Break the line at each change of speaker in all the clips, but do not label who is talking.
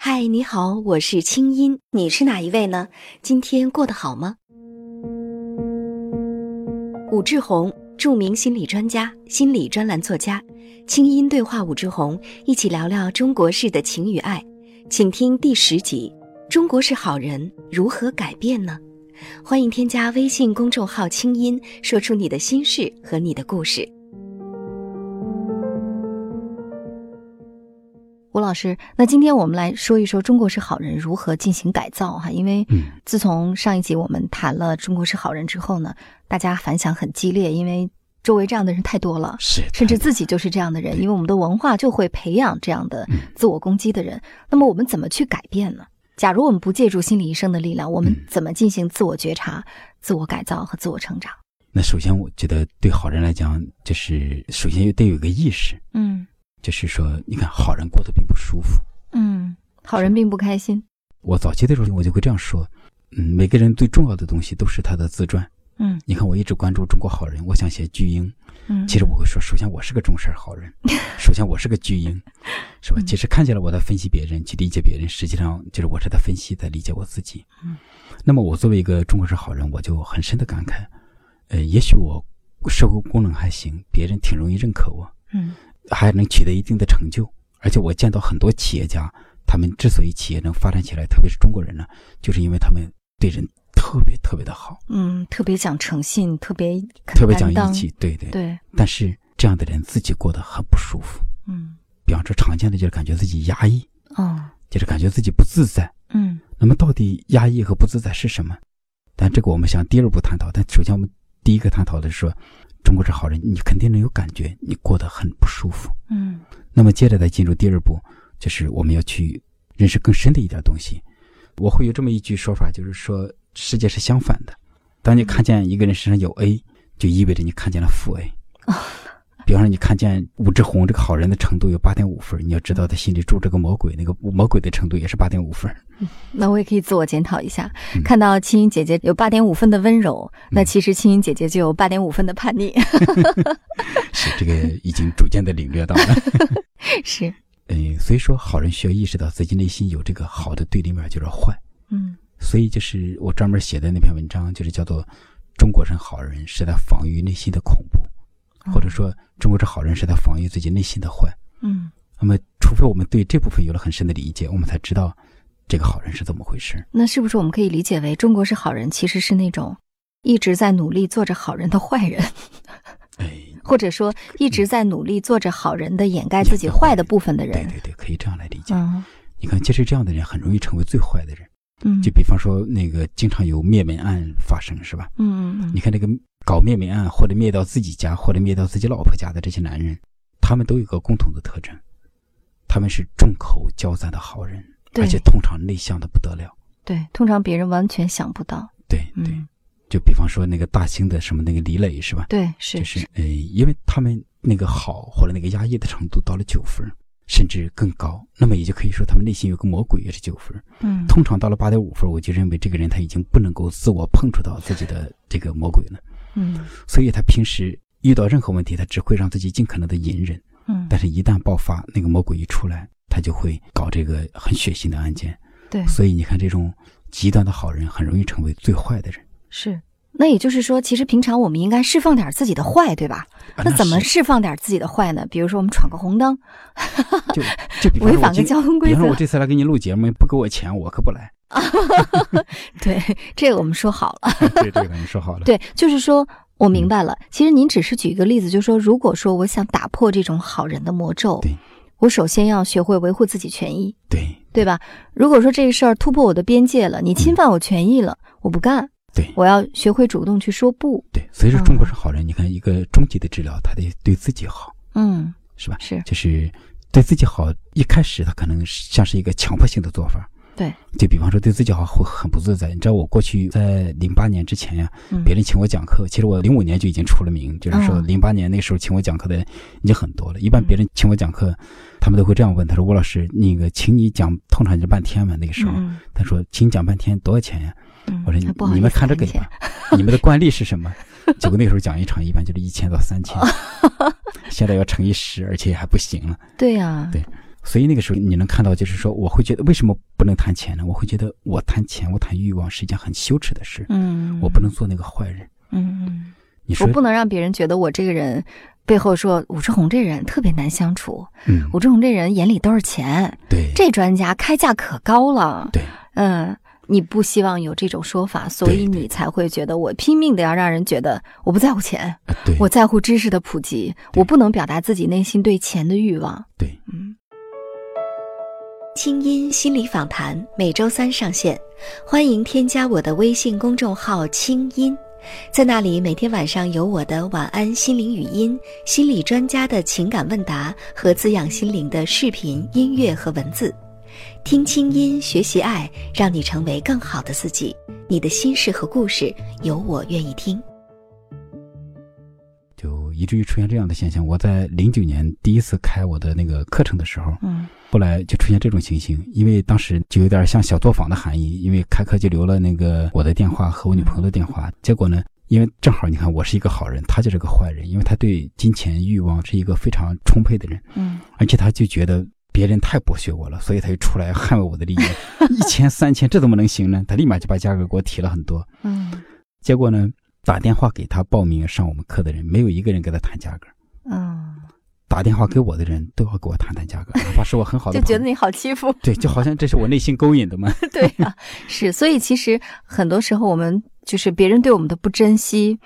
嗨，你好，我是清音，你是哪一位呢？今天过得好吗？武志红，著名心理专家、心理专栏作家，清音对话武志红，一起聊聊中国式的情与爱，请听第十集《中国式好人如何改变呢》。欢迎添加微信公众号“清音”，说出你的心事和你的故事。
吴老师，那今天我们来说一说中国式好人如何进行改造哈，因为自从上一集我们谈了中国式好人之后呢，大家反响很激烈，因为周围这样的人太多了，
是
甚至自己就是这样的人，因为我们的文化就会培养这样的
嗯
自我攻击的人。那么我们怎么去改变呢？假如我们不借助心理医生的力
嗯
量，我们怎么进行自我觉察、自我改造和自我成长？
那首先，我觉得对好人来讲，就是首先得有一个意识，
嗯
就是说，你看好人过得并不舒服。
嗯，好人并不开心。
我早期的时候，我就会这样说，嗯，每个人最重要的东西都是他的自传。
嗯
你看，我一直关注中国好人，我想写巨婴。
嗯，
其实我会说，首先我是个重视 好人，首先我是个巨婴，是
嗯
吧？其实看起来我在分析别人，去理解别人，实际上就是我是在分析，在理解我自己。
嗯，
那么我作为一个中国式好人，我就很深的感慨，呃，也许我社会功能还行，别人挺容易认可我，
嗯
还能取得一定的成就。而且我见到很多企业家，他们之所以企业能发展起来，特别是中国人呢，就是因为他们对人特别特别的好，
嗯，特别讲诚信，特别肯
特别讲
担当
义气，对对。
对，
但是这样的人自己过得很不舒服，
嗯
比方说常见的就是感觉自己压抑，
哦
就是感觉自己不自在。
嗯
那么到底压抑和不自在是什么？但这个我们想第二步探讨。但首先我们第一个探讨的是说，中国是好人，你肯定能有感觉，你过得很不舒服。
嗯
那么接着再进入第二步，就是我们要去认识更深的一点东西。我会有这么一句说法，就是说世界是相反的。当你看见一个人身上有 A，就意味着你看见了负 A。比方说，你看见武志红这个好人的程度有八点五分，你要知道他心里住着个魔鬼，那个魔鬼的程度也是八点五分。
那我也可以自我检讨一下，
嗯
看到青音姐姐有八点五分的温柔，那其实青音姐姐就有八点五分的叛逆。
是这个已经逐渐的领略到了。
是，
嗯，所以说好人需要意识到自己内心有这个好的对立面，就是坏。
嗯
所以就是我专门写的那篇文章，就是叫做《中国人好人是在防御内心的恐怖》，
哦
或者说中国人好人是在防御自己内心的坏。
嗯，
那么，除非我们对这部分有了很深的理解，我们才知道这个好人是怎么回事。
那是不是我们可以理解为中国是好人，其实是那种一直在努力做着好人的坏人，
哎，
或者说一直在努力做着好人的掩盖自己坏的部分的
对
人？
对对，可以这样来理解。
嗯
你看，其实这样的人很容易成为最坏的人。
嗯
就比方说，那个经常有灭门案发生，是吧？
嗯嗯
你看这个搞灭门案，或者灭到自己家，或者灭到自己老婆家的这些男人，他们都有个共同的特征，他们是众口交赞的好人，
对
而且通常内向的不得了。
对，通常别人完全想不到。
对对，
嗯，
就比方说那个大兴的什么那个李磊是吧？
对，
就是是呃，因为他们那个好或者那个压抑的程度到了九分，甚至更高，那么也就可以说他们内心有个魔鬼也是九分。
嗯
通常到了八点五分，我就认为这个人他已经不能够自我碰触到自己的这个魔鬼了。
嗯
所以他平时遇到任何问题，他只会让自己尽可能的隐忍，
嗯，
但是一旦爆发，那个魔鬼一出来，他就会搞这个很血腥的案件。
对，
所以你看，这种极端的好人很容易成为最坏的人。
是。那也就是说，其实平常我们应该释放点自己的坏，对吧？
啊
那怎么
是
释放点自己的坏呢？比如说，我们闯个红灯，
就就比方
违
说我
反
今
个交通规
比方说我
则。
这次来给你录节目，不给我钱，我可不 来。
对，这个我们说好了。
对，这个你说好了。
对，就是说我明白了。其实您只是举一个例子，就是说，如果说我想打破这种好人的魔咒
对，
我首先要学会维护自己权益，
对
对吧？如果说这个事儿突破我的边界了，你侵犯我权益了，我不干，
嗯对
我要学会主动去说不。
对，所以
嗯
说中国是好人。你看，一个终极的治疗，他得对自己好，
嗯，
是吧？
是
就是对自己好，一开始他可能是像是一个强迫性的做法。
对，
就比方说对自己好会很不自在。你知道我过去在零八年之前呀、
嗯
别人请我讲课，其实我零五年就已经出了名，就是说
哦
零八年那时候请我讲课的人已经很多了。一般
嗯
别人请我讲课，他们都会这样问：他说吴老师，那个请你讲，通常就半天嘛，那个时候。
嗯
他说：“请你讲半天多少钱呀、
嗯
啊我说：“
嗯不好
你
意
们
思
看着
谈
给
钱
吧，你们的惯例是什么？”结果那时候讲一场一 般就是一千到三千，现在要乘以十，而且还不行了。
对呀、
对所以那个时候你能看到，就是说我会觉得为什么不能谈钱呢？我会觉得我谈钱，我谈欲望是一件很羞耻的事，
嗯，
我不能做那个坏人。
嗯，嗯，
你说
我，不能让别人觉得我这个人背后说武志红这人特别难相处，
嗯，
武志红这人眼里都是钱，
对，
这专家开价可高了，
对，
嗯。你不希望有这种说法，所以
对对
你才会觉得我拼命的要让人觉得我不在乎钱，
呃对，
我在乎知识的普及，
对
我不能表达自己内心对钱的欲望。
对，
嗯，
清音心理访谈每周三上线，欢迎添加我的微信公众号“清音”，在那里每天晚上有我的晚安心灵语音、心理专家的情感问答和滋养心灵的视频、音乐和文字。听清音，学习爱，让你成为更好的自己。你的心事和故事，有我愿意听。
就以至于出现这样的现象。我在零九年第一次开我的那个课程的时候，
嗯，
后来就出现这种情形，因为当时就有点像小作坊的含义，因为开课就留了那个我的电话和我女朋友的电话，结果呢。因为正好你看，我是一个好人，他就是个坏人，因为他对金钱欲望是一个非常充沛的人，
嗯，
而且他就觉得别人太剥削我了，所以他就出来捍卫我 的利益。一千、三千，这怎么能行呢？他立马就把价格给我提了很多。
嗯，
结果呢，打电话给他报名上我们课的人，没有一个人跟他谈价格。
嗯，
打电话给我的人都要给我谈谈价 格，哪怕是我很好的
就
朋
觉
友，
得你好欺负。
对，就好像这是我内心勾引的嘛。
对呀、是，所以其实很多时候我们就是别人对我们的不珍惜，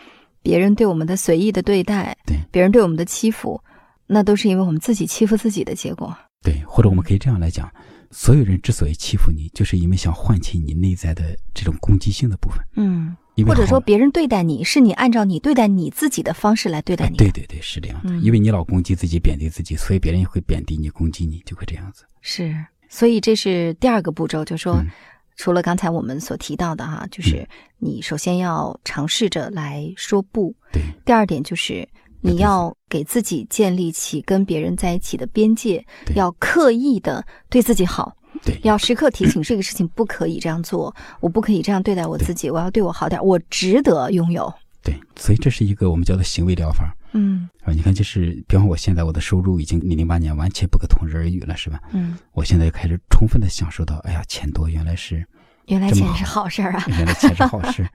别人对我们的随意的对待，
对
别人对我们的欺负，那都是因为我们自己欺负自己的结果。
对，或者我们可以这样来讲，所有人之所以欺负你，就是因为想唤起你内在的这种攻击性的部分，
嗯，
因为
或者
好
说别人对待你是你按照你对待你自己的方式来对待
啊
你的。
对对对，是这样的，
嗯
因为你老攻击自己、贬低自己，所以别人也会贬低你、攻击你，就会这样子。
是，所以这是第二个步骤，就说、
嗯
除了刚才我们所提到的哈，就是你首先要尝试着来说不。
对，
第二点就是你
对
要给自己建立起跟别人在一起的边界，
对
要刻意的对自己好，
对，
要时刻提醒这个事情不可以这样做，我不可以这样对待我自己，我要对我好点，我值得拥有。
对，所以这是一个我们叫做行为疗法
嗯
啊。你看，就是比方我现在我的收入已经零八年完全不可同日而语了，是吧？
嗯，
我现在就开始充分的享受到，哎呀，钱多原来是
原来
这么
钱是
好
好事儿啊。
原来钱是好 事。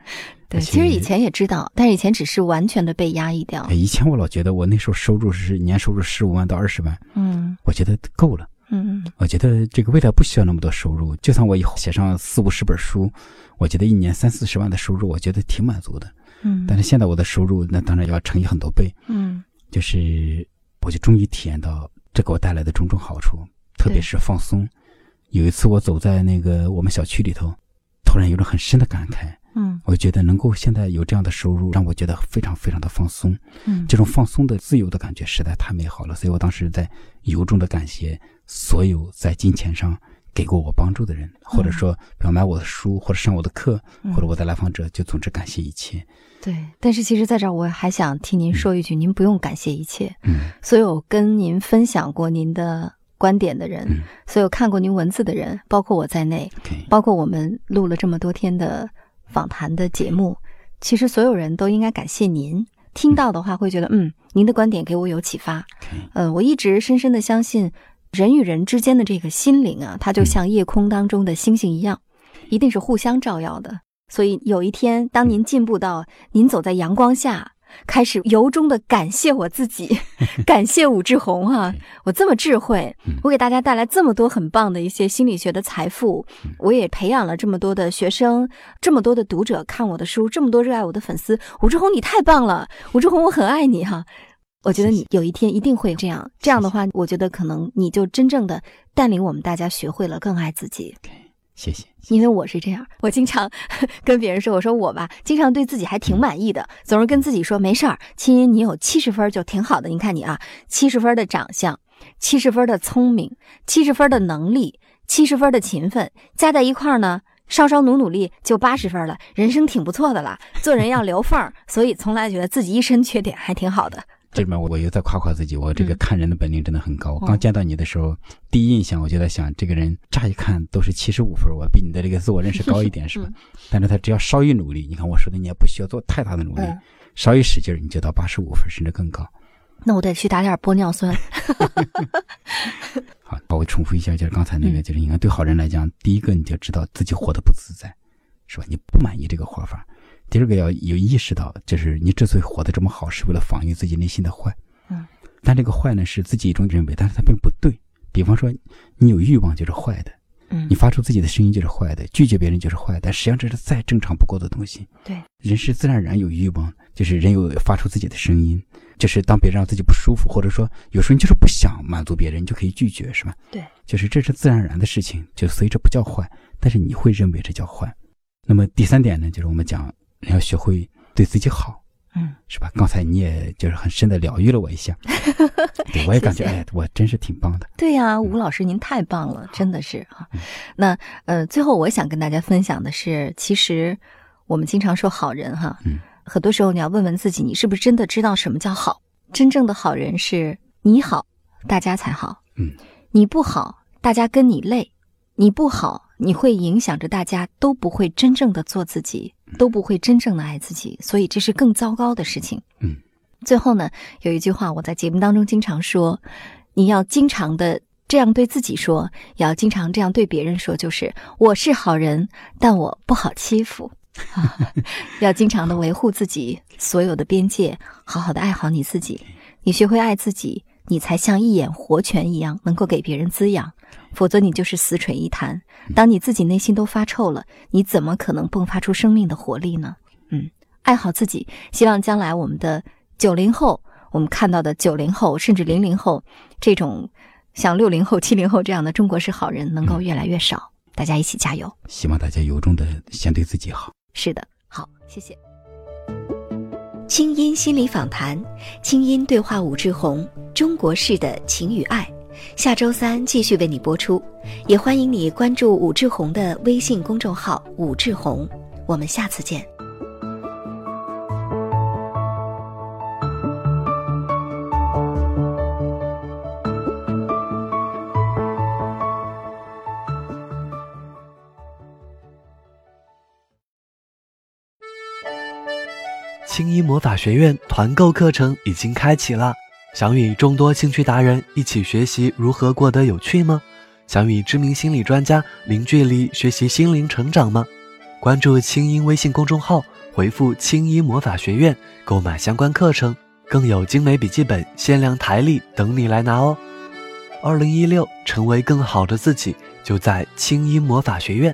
对，
而
其实
且
以前也知道，但是以前只是完全的被压抑掉
哎，。以前我老觉得我那时候收入是年收入十五万到二十万，
嗯
我觉得够了。
嗯
我觉得这个未来不需要那么多收入，就算我以后写上四五十本书，我觉得一年三四十万的收入，我觉得挺满足的。
嗯，
但是现在我的收入那当然要乘以很多倍，
嗯
就是我就终于体验到这给我带来的种种好处，特别
对
是放松。有一次我走在那个我们小区里头，突然有了很深的感慨，
嗯
我觉得能够现在有这样的收入，让我觉得非常非常的放松。
嗯，
这种放松的、自由的感觉实在太美好了，所以我当时在由衷的感谢所有在金钱上给过我帮助的人，或者说，比方买我的书，或者上我的课，
嗯
或者我的来访者，就总之感谢一切。
对，但是其实在这儿我还想替您说一句，您不用感谢一切，
嗯，
所有跟您分享过您的观点的人，
嗯
所有看过您文字的人，包括我在内，
OK，
包括我们录了这么多天的访谈的节目，其实所有人都应该感谢您。听到的话会觉得，嗯，您的观点给我有启发。
OK，
呃，我一直深深的相信，人与人之间的这个心灵啊，它就像夜空当中的星星一样，一定是互相照耀的。所以有一天，当您进步到您走在阳光下，开始由衷的感谢我自 己，感谢武志红哈、我这么智慧
嗯，
我给大家带来这么多很棒的一些心理学的财富，
嗯
我也培养了这么多的学生，这么多的读者看我的书，这么多热爱我的粉丝，武志红你太棒了，武志红我很爱你哈、我觉得
谢谢
你有一天一定会这样，这样的话，我觉得可能你就真正的带领我们大家学会了更爱自己。
谢谢。
因为我是这样，我经常 跟别人说，我说我吧，经常对自己还挺满意的，总是跟自己说没事儿，亲音你有七十分就挺好的。你看你啊，七十分的长相，七十分的聪明，七十分的能力，七十分的勤奋，加在一块儿呢，稍稍努努力就八十分了，人生挺不错的了。做人要留缝儿，所以从来觉得自己一身缺点还挺好的。
这里面我我又在夸夸自己，我这个
嗯
看人的本领真的很高。我
哦
刚见到你的时候，第一印象我就在想，这个人乍一看都是七十五分，我比你的这个自我认识高一 点是
嗯
吧？但是他只要稍一努力，你看我说的，你也不需要做太大的努力，
嗯
稍一使劲儿，你就到八十五分甚至更高。
那我得去打点玻尿酸。
好，我重复一下，就是刚才那个，
嗯
就是应该对好人来讲，第一个你就知道自己活得不自在，是吧？你不满意这个活法。第二个要有意识到，就是你之所以活得这么好，是为了防御自己内心的坏。
嗯，
但这个坏呢，是自己一种认为，但是它并不对。比方说，你有欲望就是坏的，
嗯
你，发出自己的声音就是坏的，拒绝别人就是坏的，实际上这是再正常不过的东西。
对，
人是自然而然有欲望，就是人有发出自己的声音，就是当别人让自己不舒服，或者说有时候你就是不想满足别人，你就可以拒绝，是吧？
对，
就是这是自然而然的事情，就所以这不叫坏，但是你会认为这叫坏。那么第三点呢，就是我们讲你要学会对自己好，
嗯，
是吧？刚才你也就是很深的疗愈了我 一下，对我也感觉
谢谢
哎，我真是挺棒的。
对呀、
嗯
吴老师您太棒了，真的是啊。那呃，最后我想跟大家分享的是，其实我们经常说好人哈，
嗯
很多时候你要问问自己，你是不是真的知道什么叫好？真正的好人是你好，大家才好。
嗯，
你不好，大家跟你累；你不好，你会影响着大家，都不会真正的做自己，都不会真正的爱自己，所以这是更糟糕的事情。
嗯，
最后呢，有一句话我在节目当中经常说，你要经常的这样对自己说，也要经常这样对别人说，就是我是好人，但我不好欺负。 啊，要经常的维护自己所有的边界，好好的爱好你自己。你学会爱自己，你才像一眼活泉一样能够给别人滋养，否则你就是死水一潭。当你自己内心都发臭了，你怎么可能迸发出生命的活力呢？嗯，爱好自己，希望将来我们的九零后，我们看到的九零后甚至零零后这
呃
种像六零后、七零后这样的中国式好人能够越来越少。大家一起加油！
希望大家由衷的先对自己好。
是的，好，谢谢。
清音心理访谈，清音对话武志红，中国式的情与爱，下周三继续为你播出。也欢迎你关注武志红的微信公众号“武志红”，我们下次见。
青衣魔法学院团购课程已经开启啦！想与众多兴趣达人一起学习如何过得有趣吗？想与知名心理专家零距离学习心灵成长吗？关注青音微信公众号，回复“青音魔法学院”购买相关课程，更有精美笔记本、限量台历等你来拿哦！二零一六，成为更好的自己，就在青音魔法学院。